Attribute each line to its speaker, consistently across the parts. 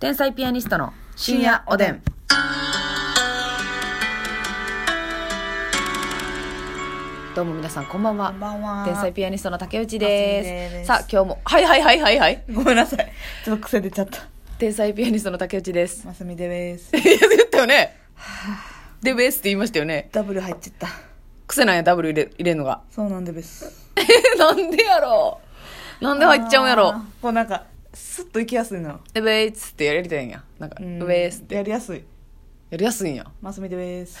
Speaker 1: 天才ピアニストの深夜おでん。どうも皆さんこんばんは。
Speaker 2: こんばんは
Speaker 1: 天才ピアニストの竹内で。
Speaker 2: ますすみです
Speaker 1: さあ今日もはいはいはいはいはい。
Speaker 2: ごめんなさい。ちょっと癖出ちゃった。
Speaker 1: 天才ピアニストの竹内です。
Speaker 2: ますみです。
Speaker 1: いや言ったよね。でベースって言いましたよね。
Speaker 2: ダブル入っちゃった。
Speaker 1: 癖なんやダブル入れ入れんのが。
Speaker 2: そうなんでです。
Speaker 1: えなんでやろう。なんで入っちゃうんやろ
Speaker 2: あ。ー。こうなんか、スッと行きやすいの。
Speaker 1: でベースってやりたいんや。なんかベ
Speaker 2: うん
Speaker 1: ースって
Speaker 2: やりやすい。
Speaker 1: やりやすいんや。
Speaker 2: ますみです。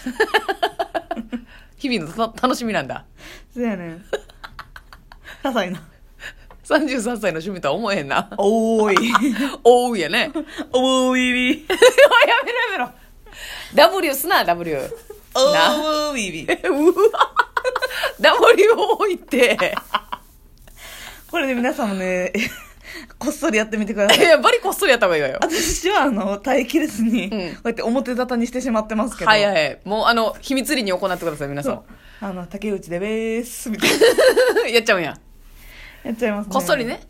Speaker 1: 日々のた楽しみなんだ。
Speaker 2: そうやねん。些細な。
Speaker 1: 33歳の趣味とは思えへんな。
Speaker 2: おーい。
Speaker 1: おうやね。
Speaker 2: おーいび。
Speaker 1: やめろやめろ W すな W なうわ
Speaker 2: おーいび。
Speaker 1: W 多いって
Speaker 2: これで皆さんもね、こっそりやってみてくだ
Speaker 1: い
Speaker 2: さい。
Speaker 1: やバリこっそりやった方がいいわよ
Speaker 2: 私はあの、耐えきれずに、こ
Speaker 1: うん
Speaker 2: うやって表沙汰にしてしまってますけど。
Speaker 1: はいはいもうあの秘密裏に行ってください皆
Speaker 2: そ
Speaker 1: さ
Speaker 2: う。あの、竹内でべーす、みたいな。
Speaker 1: んやっちゃうんや
Speaker 2: やっちゃいますね。
Speaker 1: こっそりね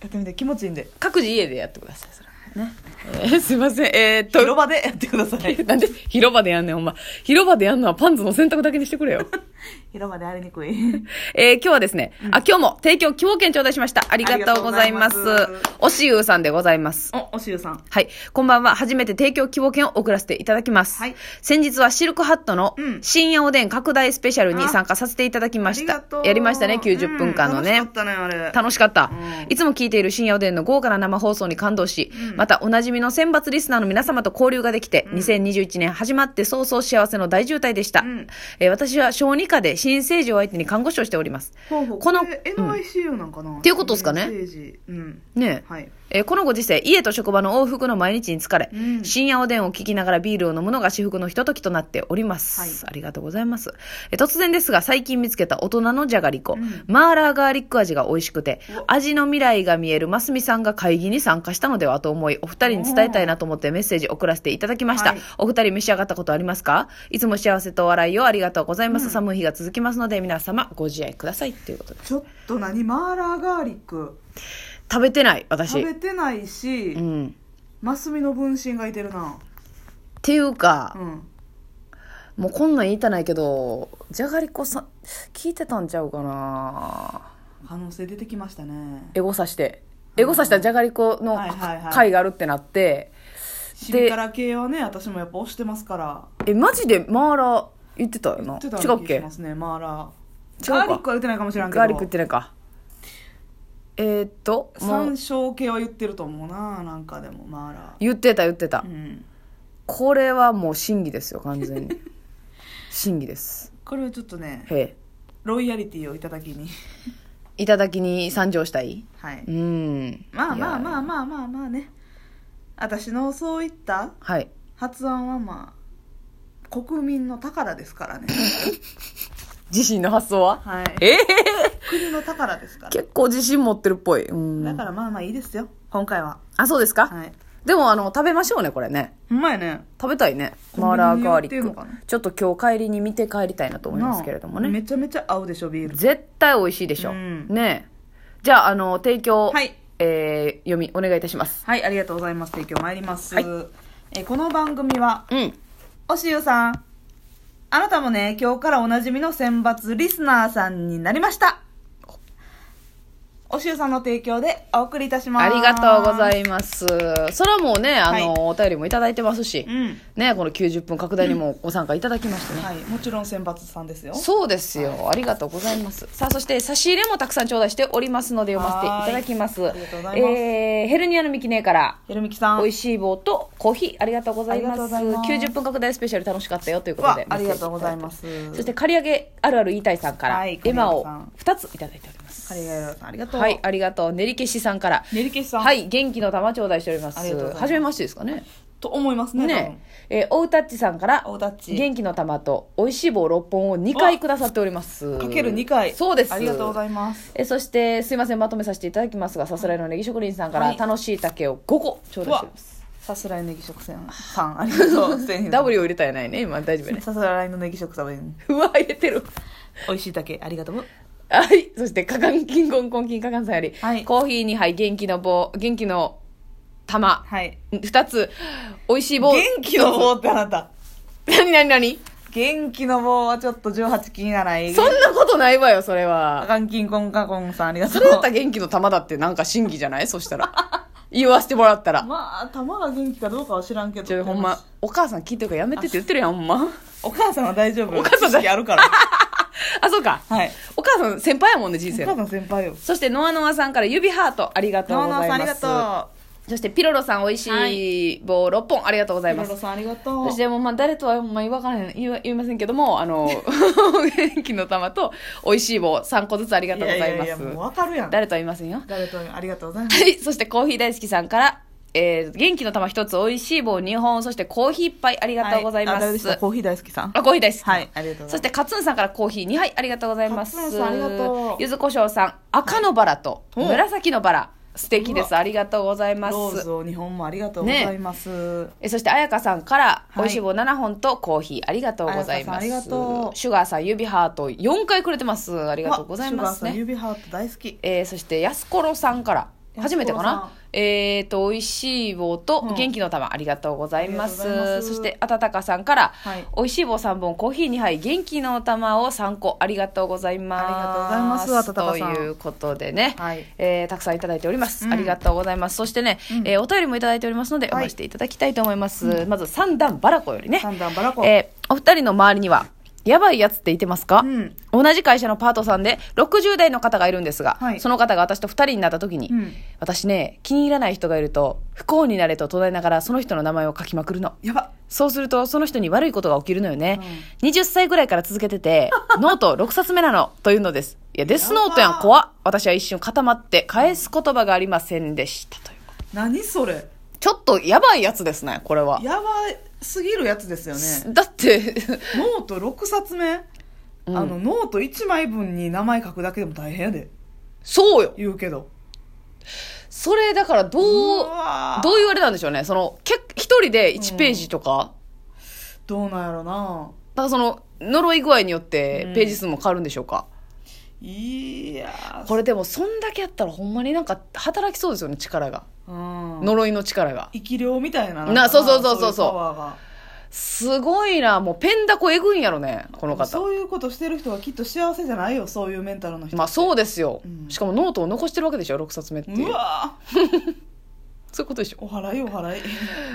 Speaker 2: やってみて気持ちいいんで
Speaker 1: 各自家でやってくださいそれね、えーすいませんえー、っと
Speaker 2: 広場で やってください
Speaker 1: なんで広場でやんねんほんま広場でやんのはパンツの洗濯だけにしてくれよ
Speaker 2: 広場でやりに くい
Speaker 1: えー、今日はですね、あ今日も提供希望券頂戴しましたありがとうございます
Speaker 2: ありがとうございます
Speaker 1: おしゆうさんでございます
Speaker 2: おおしゅうさん
Speaker 1: はい。こんばんは。初めて提供希望券を送らせていただきます。
Speaker 2: はい
Speaker 1: 先日はシルクハットの
Speaker 2: うん
Speaker 1: 深夜おでん拡大スペシャルに参加させていただきました。やりましたね、90分間のね。
Speaker 2: 楽しかったねあれ
Speaker 1: 楽しかった、
Speaker 2: うん
Speaker 1: いつも聞いている深夜おでんの豪華な生放送に感動し、またおなじみの選抜リスナーの皆様と交流ができて、2021年始まって早々幸せの大渋滞でした、
Speaker 2: ん
Speaker 1: えー私は小児科で新生児を相手に看護師をしております
Speaker 2: ほうほう
Speaker 1: この
Speaker 2: これ NICU なんかな、って
Speaker 1: いうことですかね
Speaker 2: うん
Speaker 1: ねえ
Speaker 2: はい
Speaker 1: えーこのご時世、家と職場の往復の毎日に疲れ、
Speaker 2: うん
Speaker 1: 深夜おでんを聞きながらビールを飲むのが至福のひとときとなっております。
Speaker 2: はい
Speaker 1: ありがとうございます。えー突然ですが、最近見つけた大人のじゃがりこ、
Speaker 2: ん
Speaker 1: マーラーガーリック味が美味しくて、味の未来が見えるますみさんが会議に参加したのではと思い、お二人に伝えたいなと思ってメッセージ送らせていただきました。
Speaker 2: はい
Speaker 1: お二人召し上がったことありますかいつも幸せとお笑いをありがとうございます。寒い日が続きますので、皆様ご自愛ください。ということで。
Speaker 2: ちょっと何マーラーガーリック
Speaker 1: 食べてない、私。
Speaker 2: 食べてないし、
Speaker 1: うん。っ
Speaker 2: マスミの分身がいてるな
Speaker 1: ていうか
Speaker 2: う、ん
Speaker 1: もうこんなん言いたないけどじゃがりこさん聞いてたんちゃうかな
Speaker 2: 可能性出てきましたね
Speaker 1: エゴさしてエゴさしたじゃがりこの
Speaker 2: はいはいはい
Speaker 1: 回があるってなって、
Speaker 2: シビカラ系はね私もやっぱ推してますから
Speaker 1: えマジでマーラー言ってたよ
Speaker 2: 言
Speaker 1: な
Speaker 2: ってた
Speaker 1: 違
Speaker 2: よう
Speaker 1: う
Speaker 2: な
Speaker 1: っ
Speaker 2: 気が
Speaker 1: け
Speaker 2: しますねマーラー
Speaker 1: 違うか
Speaker 2: ガーリックは言ってないかもしれんけど
Speaker 1: ガーリックってないかえー、っとも
Speaker 2: 山
Speaker 1: う
Speaker 2: 椒系は言ってると思うななんかでもマーラ
Speaker 1: 言ってた言ってた、
Speaker 2: ーうん
Speaker 1: これはもう真偽ですよ完 全に真偽です
Speaker 2: これはちょっとね
Speaker 1: へ
Speaker 2: ロイヤリティをいただきに
Speaker 1: え頂に参上したい
Speaker 2: はい
Speaker 1: うん
Speaker 2: まあまあま
Speaker 1: あ
Speaker 2: あまあまあまあね私のそういった
Speaker 1: はい
Speaker 2: 発案はまあ国民の宝ですからね
Speaker 1: 自身の発想は
Speaker 2: はい
Speaker 1: ええ
Speaker 2: 国の宝ですから
Speaker 1: 結構自信持ってるっぽいうん
Speaker 2: だからまあまあいいですよ今回は
Speaker 1: あ、そうですか、
Speaker 2: はい
Speaker 1: でも、あの、食べましょうね、これね。
Speaker 2: ほんまやね
Speaker 1: 食べたいね。
Speaker 2: コンビニ
Speaker 1: マーラーガーリ
Speaker 2: に売
Speaker 1: ッ
Speaker 2: ってんのかな
Speaker 1: ク。ちょっと今日帰りに見て帰りたいなと思いますけれども
Speaker 2: なあ
Speaker 1: ね。
Speaker 2: めちゃめちゃ合うでしょビール
Speaker 1: 絶対美味しいでしょ。
Speaker 2: うん
Speaker 1: ねえじゃあ、あの、提供、
Speaker 2: はい
Speaker 1: えー読み、お願いいたします。
Speaker 2: はいありがとうございます提供参ります、
Speaker 1: はい
Speaker 2: えーこの番組は
Speaker 1: うん。
Speaker 2: おしゆさん。あなたもね、今日からおなじみの選抜リスナーさんになりました。おしゆさんの提供でお送りいたします。
Speaker 1: ありがとうござ
Speaker 2: い
Speaker 1: います。それはもうね、あの、お便りもいただいてますし、
Speaker 2: うん。
Speaker 1: ね、この90分拡大にもご参加いただきましてね。
Speaker 2: はい、もちろん選抜さんですよ。
Speaker 1: そうですよ。ありがとうございます。さあ、そして差し入れもたくさん頂戴しておりますので読ませていただきます。
Speaker 2: はーいありがとうございます
Speaker 1: えーヘルニアのミキネから、
Speaker 2: ひろみきさん。
Speaker 1: 美味しい棒とコーヒーありがとうございます
Speaker 2: ありがとうございます
Speaker 1: 90分拡大スペシャル楽しかったよということ
Speaker 2: は
Speaker 1: で
Speaker 2: ありがとうございます。
Speaker 1: そして刈り上げあるある言いたいさんから、
Speaker 2: はい
Speaker 1: エマを
Speaker 2: 刈り上げさん
Speaker 1: 2ついただいております
Speaker 2: カリガヤロさん、ありがとう。
Speaker 1: はいありがとう練り消しさんから
Speaker 2: 練り消しさん。
Speaker 1: はい元気の玉頂戴しております
Speaker 2: ありがとうございます
Speaker 1: 初めましてですかね
Speaker 2: と思いますね。
Speaker 1: ねえー、おうたっちさんから
Speaker 2: 多分。おだち。
Speaker 1: 元気の玉と美味しい棒6本を2回くださっております
Speaker 2: かける2回。
Speaker 1: そうです
Speaker 2: ありがとうございます。
Speaker 1: えそしてすいませんまとめさせていただきますがさすらいのネギ職人さんから、
Speaker 2: はい
Speaker 1: 楽しい竹を5個頂戴しております
Speaker 2: さすらいネギ食さん。さん、あり がとう。
Speaker 1: W を入れたいないね今大丈夫やね
Speaker 2: さすらいのネギ食さん。
Speaker 1: うわ入れてる
Speaker 2: 美味しいだけ、ありがとう。
Speaker 1: はいそしてカカンキンゴンコンキンカカンさんより、
Speaker 2: はい
Speaker 1: コーヒー2杯元気の棒元気の玉。
Speaker 2: はい。
Speaker 1: 二つ、美味しい棒。
Speaker 2: 元気の棒ってあなた。
Speaker 1: 何何何
Speaker 2: 元気の棒はちょっと18禁ならいい。
Speaker 1: そんなことないわよ、それ
Speaker 2: あ
Speaker 1: は。
Speaker 2: かんきんこんかこんさんありがと。
Speaker 1: そうれだったら元気の玉だってなんか真偽じゃないそした ら。言わせてもらったら。
Speaker 2: まあ、玉が元気かどうかは知らんけど。
Speaker 1: ちょ、ほんま、お母さん聞いてるからやめてって言ってるやん、ほんま。
Speaker 2: お母さんは大丈夫。
Speaker 1: お母さんだ
Speaker 2: 知識あるから。
Speaker 1: あ、そうか。
Speaker 2: はい。
Speaker 1: お母さん先輩やもんね、人
Speaker 2: お
Speaker 1: 生
Speaker 2: 母
Speaker 1: の。
Speaker 2: さん先輩よ。
Speaker 1: そして、ノアノアさんから指ハート、ありがとう
Speaker 2: ノ
Speaker 1: ご
Speaker 2: ア
Speaker 1: ざい
Speaker 2: ノ
Speaker 1: ま
Speaker 2: ア
Speaker 1: す。
Speaker 2: さんありがと
Speaker 1: そして、ピロロさん、美味
Speaker 2: は
Speaker 1: しい棒6本、ありがとうござ
Speaker 2: う。
Speaker 1: い
Speaker 2: ピ
Speaker 1: ま
Speaker 2: ロ
Speaker 1: す
Speaker 2: ロ。さんありがとう。
Speaker 1: そしてもうまあ誰とはほんまに分からへん言わ言いませんけどもあ の元気の玉と美味しい棒3個ずつありがとうございます
Speaker 2: いやいやいやもうわかるやん。
Speaker 1: 誰とは言いませんよ
Speaker 2: 誰ともありがとうございます。
Speaker 1: はいそしてコーヒー大好きさんから、えー元気の玉1つ美味しい棒2本そしてコーヒー1杯あり
Speaker 2: あ
Speaker 1: がとうございま、
Speaker 2: あ誰ですしたコーヒー大好きさん。
Speaker 1: あコーヒー大好き
Speaker 2: はい、ありがとうござ
Speaker 1: そし
Speaker 2: います。
Speaker 1: てカツンさんからコーヒー2杯ありがとうございます
Speaker 2: カツンさんありがとう
Speaker 1: ゆずこしょうさん赤のバラと
Speaker 2: うん
Speaker 1: 紫のバラ素敵で
Speaker 2: う
Speaker 1: すありがとうございます
Speaker 2: ローズを日本もありがとうございます。
Speaker 1: えそして彩香さんから
Speaker 2: い
Speaker 1: 美味しい棒7本とコーヒーありがとうございます、
Speaker 2: 彩香さんありがとう
Speaker 1: シュガーさん指ハート4回くれてますありがとうございます
Speaker 2: あシュガーさん
Speaker 1: ね
Speaker 2: 指ハート大好き。
Speaker 1: えーそしてやすころさんから
Speaker 2: やすころさん
Speaker 1: 初めてかなえっ、と美味しい棒と
Speaker 2: うん
Speaker 1: 元気の玉、ありがとうございます
Speaker 2: ありがとうございます
Speaker 1: そしてあたたかさんから、
Speaker 2: はい
Speaker 1: 美味しい棒3本コーヒー2杯元気の玉を3個ありがとうございます
Speaker 2: ありがとうございますあたたかさん
Speaker 1: ということでね、
Speaker 2: はい
Speaker 1: えーたくさんいただいております、
Speaker 2: うん
Speaker 1: ありがとうございますそしてね、
Speaker 2: うん
Speaker 1: えーお便りもいただいておりますのでお
Speaker 2: はい
Speaker 1: 待ちしていただきたいと思います、まず三段バラコよりね
Speaker 2: 三段バラコ
Speaker 1: えーお二人の周りにはやばいやつっていてますか、
Speaker 2: うん
Speaker 1: 同じ会社のパートさんで60代の方がいるんですが、
Speaker 2: はい
Speaker 1: その方が私と2人になった時に、
Speaker 2: うん
Speaker 1: 私ね気に入らない人がいると不幸になれと唱えながらその人の名前を書きまくるの
Speaker 2: やば。
Speaker 1: そうするとその人に悪いことが起きるのよね、20歳ぐらいから続けてて ノート6冊目なのというのですいやデスノートや
Speaker 2: やば
Speaker 1: ん怖っ私は一瞬固まって返す言葉がありませんでしたという
Speaker 2: 何それ。
Speaker 1: ちょっとやばいやつですねこれは、
Speaker 2: やばすぎるやつですよね。
Speaker 1: だって
Speaker 2: ノート6冊目、
Speaker 1: うん
Speaker 2: あの、ノート1枚分に名前書くだけでも大変やで。
Speaker 1: そうよ
Speaker 2: 言うけど。
Speaker 1: それだからどう
Speaker 2: うわー
Speaker 1: どういうあれなんでしょうねそのけ一人で1ページとか、
Speaker 2: どうなんやろな。
Speaker 1: だからその呪い具合によっ
Speaker 2: う
Speaker 1: て
Speaker 2: ん
Speaker 1: ページ数も変わるんでしょうか、
Speaker 2: いや
Speaker 1: これでもそんだけやったらほんまになんか働きそうですよね力が、
Speaker 2: ーうん。
Speaker 1: 呪いの力が
Speaker 2: 生き量みたいな。
Speaker 1: なそうそうそうそうそう
Speaker 2: いパワーが
Speaker 1: すごいなもうペンダコえぐいんやろねこの方
Speaker 2: そういうことしてる人はきっと幸せじゃないよ、そういうメンタルの人。
Speaker 1: まあそうですよ、
Speaker 2: うん
Speaker 1: しかもノートを残してるわけでしょ6冊目っていう
Speaker 2: うわー
Speaker 1: そういうことでしょ
Speaker 2: お払いお払い。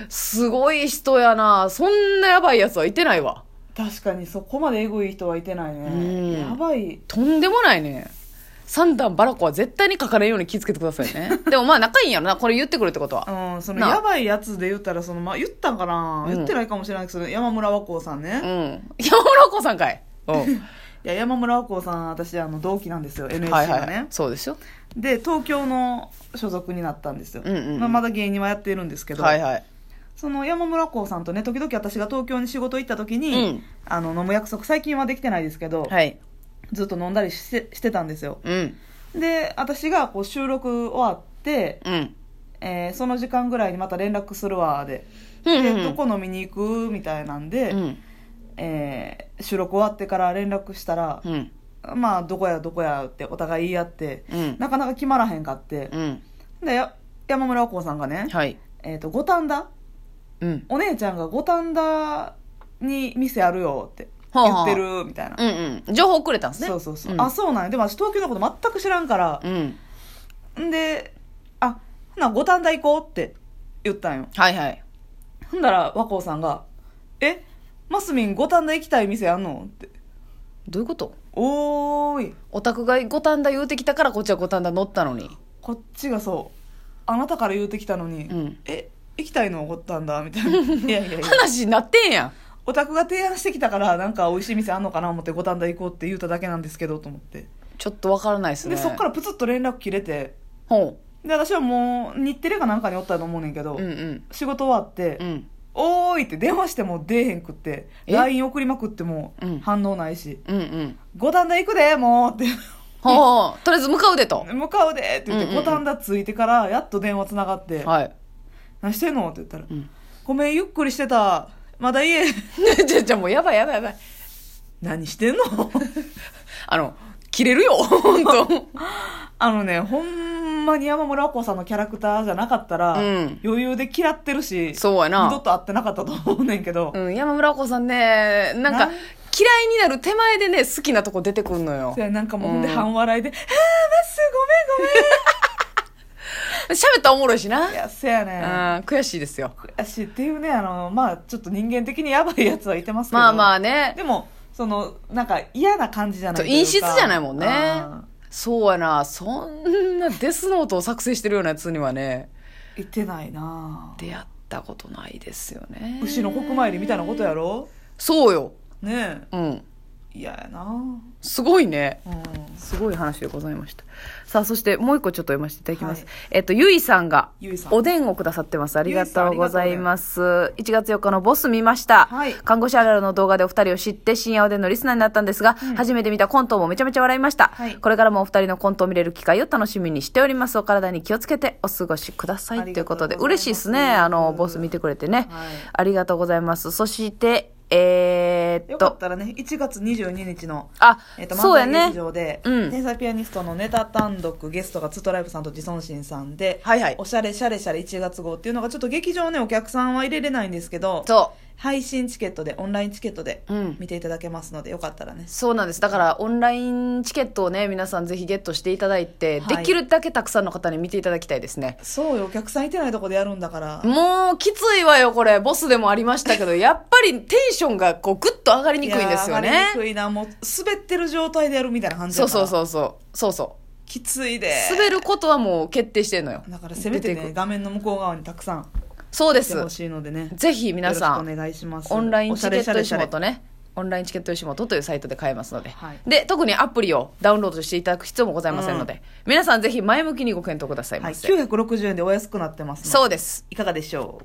Speaker 1: すごい人やなそんなやばいやつはいてないわ
Speaker 2: 確かにそこまでエグい人はいてな
Speaker 1: う
Speaker 2: い
Speaker 1: ん
Speaker 2: ね。やばい。
Speaker 1: とんでもないね三段バラコは絶対に書かれんように気をつけてください ねでもまあ仲いいんやろなこれ言ってくるってことは
Speaker 2: うん、その
Speaker 1: なあ
Speaker 2: やばいやつで言ったら、その、まあ、言ったんかな、
Speaker 1: うん
Speaker 2: 言ってないかもしれないけど、その山村和光さんね。
Speaker 1: うん
Speaker 2: い
Speaker 1: 山村子さんかいうん
Speaker 2: や、山村和光さん、私、あの、同期なんですよ、NSC のね。
Speaker 1: はいはいはいそうですよ
Speaker 2: で、東京の所属になったんですよ。
Speaker 1: うんうんうん
Speaker 2: まあ、まだ芸人はやってるんですけど、
Speaker 1: はいはい
Speaker 2: その山村和光さんとね、時々私が東京に仕事行った時
Speaker 1: う
Speaker 2: に、
Speaker 1: ん
Speaker 2: あの、飲む約束、最近はできてないですけど、
Speaker 1: はい
Speaker 2: ずっと飲んだりしてしてたんですよ。
Speaker 1: うん
Speaker 2: で、私がこう収録終わって、
Speaker 1: うん
Speaker 2: えーその時間ぐらいにまた連絡するわ、で。
Speaker 1: うんう
Speaker 2: で
Speaker 1: ん
Speaker 2: どこ飲みに行くみたいなんで、
Speaker 1: うん
Speaker 2: えー収録終わってから連絡したら
Speaker 1: う、ん
Speaker 2: まあどこやどこやってお互い言い合って、
Speaker 1: うん
Speaker 2: なかなか決まらへんかって
Speaker 1: う、ん
Speaker 2: でや山村和光さんがね、
Speaker 1: はい
Speaker 2: えっと五反田
Speaker 1: うん
Speaker 2: お姉ちゃんが五反田に店あるよって
Speaker 1: はあ
Speaker 2: 言
Speaker 1: は
Speaker 2: っ
Speaker 1: あ
Speaker 2: てるみたいな、
Speaker 1: うんうん情報くれたんですね
Speaker 2: そうそうそう、
Speaker 1: ん
Speaker 2: あそうなんやでも私東京のこと全く知らんから
Speaker 1: う、ん
Speaker 2: ん、であほな五反田行こうって言ったんよ
Speaker 1: はいはい
Speaker 2: ほんなら和光さんが「えマスミン五反田行きたい店あんの?」って
Speaker 1: どういうこと
Speaker 2: 「おーい
Speaker 1: お宅が五反田言うてきたからこっちは五反田乗ったのに
Speaker 2: こっちがそうあなたから言うてきたのに、
Speaker 1: うん
Speaker 2: え行きたいのおごったんだみたい ないやいやいや
Speaker 1: 話になってんやん
Speaker 2: お宅が提案してきたからなんか美味しい店あんのかな思って五反田行こうって言うただけなんですけどと思って
Speaker 1: ちょっとわからないです
Speaker 2: で
Speaker 1: ね
Speaker 2: そっからプツッと連絡切れて
Speaker 1: ほ
Speaker 2: で私はもう日テレかなんかにおったと思うねんけど、
Speaker 1: ううんうん
Speaker 2: 仕事終わって「
Speaker 1: うん
Speaker 2: おーい!」って電話しても出えへんくって
Speaker 1: え
Speaker 2: LINE 送りまくっても
Speaker 1: うん
Speaker 2: 反応ないし
Speaker 1: うんうん
Speaker 2: 「五反田行くでもう!」って
Speaker 1: ほうとりあえず向かうでと
Speaker 2: 「向かうで!」って言っ
Speaker 1: うん
Speaker 2: て
Speaker 1: うんう
Speaker 2: 五
Speaker 1: ん
Speaker 2: 反田着いてからやっと電話つながって
Speaker 1: はい
Speaker 2: 「何してんの?」って言ったら
Speaker 1: う
Speaker 2: 「
Speaker 1: ん
Speaker 2: ごめんゆっくりしてたまだ家
Speaker 1: じゃじゃもうやばいやばいやばい
Speaker 2: 何してんの? 」
Speaker 1: あの切れるよ本当
Speaker 2: あのねほんまに山村和子さんのキャラクターじゃなかったら、
Speaker 1: うん
Speaker 2: 余裕で嫌ってるし、
Speaker 1: そうやな
Speaker 2: 二度と会ってなかったと思うねんけど、
Speaker 1: うん、山村子さんね、なんか、
Speaker 2: なん
Speaker 1: 嫌いになる手前でね、好きなとこ出てくんのよ
Speaker 2: そ。やなんかもう、ほんで
Speaker 1: うん
Speaker 2: 半笑いで、あー、まっすーごめんごめん。
Speaker 1: 喋ったらおもろいしな。
Speaker 2: いや、せや
Speaker 1: う
Speaker 2: ね
Speaker 1: ん、
Speaker 2: ん。
Speaker 1: 悔しいですよ。
Speaker 2: 悔しいっていうね、あの、まあちょっと人間的にやばいやつはいてますけど。
Speaker 1: まあまあね。
Speaker 2: でも、その、なんか嫌な感じじゃないとい
Speaker 1: 陰
Speaker 2: うか
Speaker 1: 湿じゃないもんね
Speaker 2: うん。
Speaker 1: そうやな、そんなデスノートを作成してるようなやつにはね、
Speaker 2: いてないな
Speaker 1: 出会ったことないですよね。
Speaker 2: 牛の国参りみたいなことやろ
Speaker 1: そうよ。
Speaker 2: ね
Speaker 1: うん。
Speaker 2: え。嫌やな
Speaker 1: すごいね。
Speaker 2: うん。
Speaker 1: すごい話でございました。さあ、そしてもう一個ちょっと読ませていただきます。
Speaker 2: はい
Speaker 1: えっと、ゆいさんが
Speaker 2: ゆいさん
Speaker 1: おでんをくださってます。ありがとうございます。1月4日のボス見ました。
Speaker 2: はい
Speaker 1: 看護師あるあるの動画でお二人を知って深夜おでんのリスナーになったんですが、初めて見たコントもめちゃめちゃ笑いました、
Speaker 2: はい
Speaker 1: これからもお二人のコントを見れる機会を楽しみにしております。お体に気をつけてお過ごしください。
Speaker 2: あ
Speaker 1: と
Speaker 2: り
Speaker 1: いう
Speaker 2: が
Speaker 1: こと
Speaker 2: う
Speaker 1: とで、
Speaker 2: ございます
Speaker 1: 嬉しいですね。あの、ボス見てくれてね。
Speaker 2: はい
Speaker 1: ありがとうございます。そして、えー
Speaker 2: よ
Speaker 1: っ
Speaker 2: かっ
Speaker 1: と、
Speaker 2: たらね、1月22日の、
Speaker 1: あ、
Speaker 2: えっと、
Speaker 1: そうや
Speaker 2: 漫才
Speaker 1: ね
Speaker 2: 劇。場で、
Speaker 1: うん
Speaker 2: 天才ピアニストのネタ単独、ゲストがツートライブさんと自尊心さんで、
Speaker 1: はいはい
Speaker 2: おしゃれしゃれしゃれ1月号っていうのが、ちょっと劇場ね、お客さんは入れれないんですけど、
Speaker 1: そう。
Speaker 2: 配信チケットで、オンラインチケットで
Speaker 1: うん
Speaker 2: 見ていただけますので、よかったらね。
Speaker 1: そうなんですだからオンラインチケットをね皆さんぜひゲットしていただいて、
Speaker 2: はい
Speaker 1: できるだけたくさんの方に見ていただきたいですね
Speaker 2: そうよ、お客さんいてないとこでやるんだから。
Speaker 1: もうきついわよこれボスでもありま したけどやっぱりテンションがこうグッと上がりにくいんですよ
Speaker 2: いやー上が
Speaker 1: ね
Speaker 2: りにくいな、もう、滑ってる状態でやるみたいな感じ
Speaker 1: そ
Speaker 2: だ
Speaker 1: う
Speaker 2: から
Speaker 1: そうそうそうそうそ
Speaker 2: きついで。
Speaker 1: う滑ることはもう決定してんのよ
Speaker 2: だから、せめて
Speaker 1: 出
Speaker 2: ね、
Speaker 1: く
Speaker 2: 画面の向こう側にたくさん
Speaker 1: そうで
Speaker 2: 来てほ
Speaker 1: す
Speaker 2: しいのでね。
Speaker 1: ぜひ皆さ
Speaker 2: よろしく
Speaker 1: ん
Speaker 2: お願いします。
Speaker 1: オンライン
Speaker 2: おし
Speaker 1: チ
Speaker 2: ゃ
Speaker 1: ケ
Speaker 2: れ
Speaker 1: ット
Speaker 2: しゃ
Speaker 1: 吉
Speaker 2: れしゃれ
Speaker 1: 本ねオンラインチケット吉本というサイトで買えますので、
Speaker 2: はい
Speaker 1: で特にアプリをダウンロードしていただく必要もございませんので、皆さんぜひ前向きにご検討ください
Speaker 2: は
Speaker 1: ま
Speaker 2: い、
Speaker 1: せ、
Speaker 2: 960円でお安くなってますので
Speaker 1: そうです
Speaker 2: いかがでしょう